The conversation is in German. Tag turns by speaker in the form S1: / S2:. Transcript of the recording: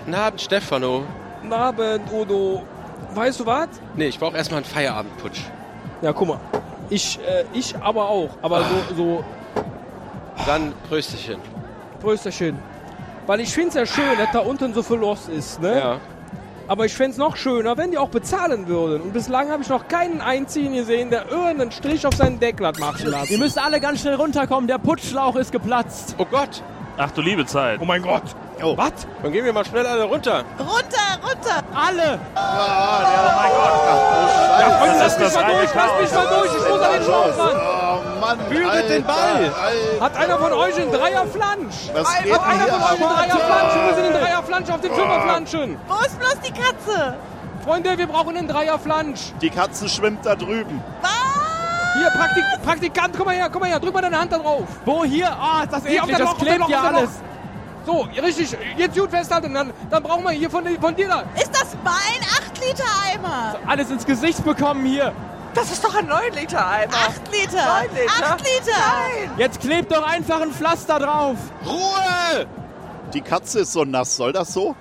S1: Guten Abend, Stefano.
S2: Guten Abend, Udo. Weißt du was?
S1: Nee, ich brauche erstmal einen Feierabendputsch.
S2: Ja, guck mal. Ich, äh, ich aber auch. Aber so, so
S1: Dann Prösterchen.
S2: Prösterchen. Weil ich find's ja schön, dass da unten so viel los ist, ne?
S1: Ja.
S2: Aber ich find's noch schöner, wenn die auch bezahlen würden. Und bislang habe ich noch keinen einzigen gesehen, der irgendeinen Strich auf seinen Deckel hat machen
S3: Ihr
S2: lassen.
S3: müsst alle ganz schnell runterkommen, der Putzschlauch ist geplatzt.
S1: Oh Gott.
S4: Ach du liebe Zeit.
S2: Oh mein Gott.
S1: Oh.
S2: Was?
S1: Dann gehen wir mal schnell alle runter.
S5: Runter, runter!
S3: Alle!
S2: Ja, komm, lass
S4: ist
S2: mich
S4: das
S2: mal
S4: eine
S2: durch, lass mich mal durch, ich muss an den Schlauch ran.
S6: Oh Mann,
S1: Berührt den Ball.
S6: Alter,
S2: Hat einer von euch einen Dreierflansch?
S6: was geht
S2: Hat einer
S6: hier
S2: von euch einen
S6: ab?
S2: Dreierflansch? Wir müssen den Dreierflansch auf den Fünferflanschen.
S5: Wo ist bloß die Katze?
S2: Freunde, wir brauchen einen Dreierflansch.
S6: Die Katze schwimmt da drüben.
S5: Was?
S2: Hier, Praktik Praktikant, komm mal her, komm mal her, drück mal deine Hand da drauf.
S3: Wo hier? Ah, ist das
S2: Hier, auf
S3: eklig,
S2: der Loch,
S3: das
S2: auf der
S3: klebt
S2: Loch,
S3: ja
S2: auf der
S3: alles.
S2: So, richtig, jetzt gut festhalten, dann, dann brauchen wir hier von, von dir da.
S5: Ist das mein 8-Liter-Eimer?
S3: Alles ins Gesicht bekommen hier.
S7: Das ist doch ein 9-Liter-Eimer.
S5: 8 Liter!
S7: Neun Liter?
S5: 8 Liter!
S3: Jetzt klebt doch einfach ein Pflaster drauf.
S1: Ruhe!
S6: Die Katze ist so nass, soll das so?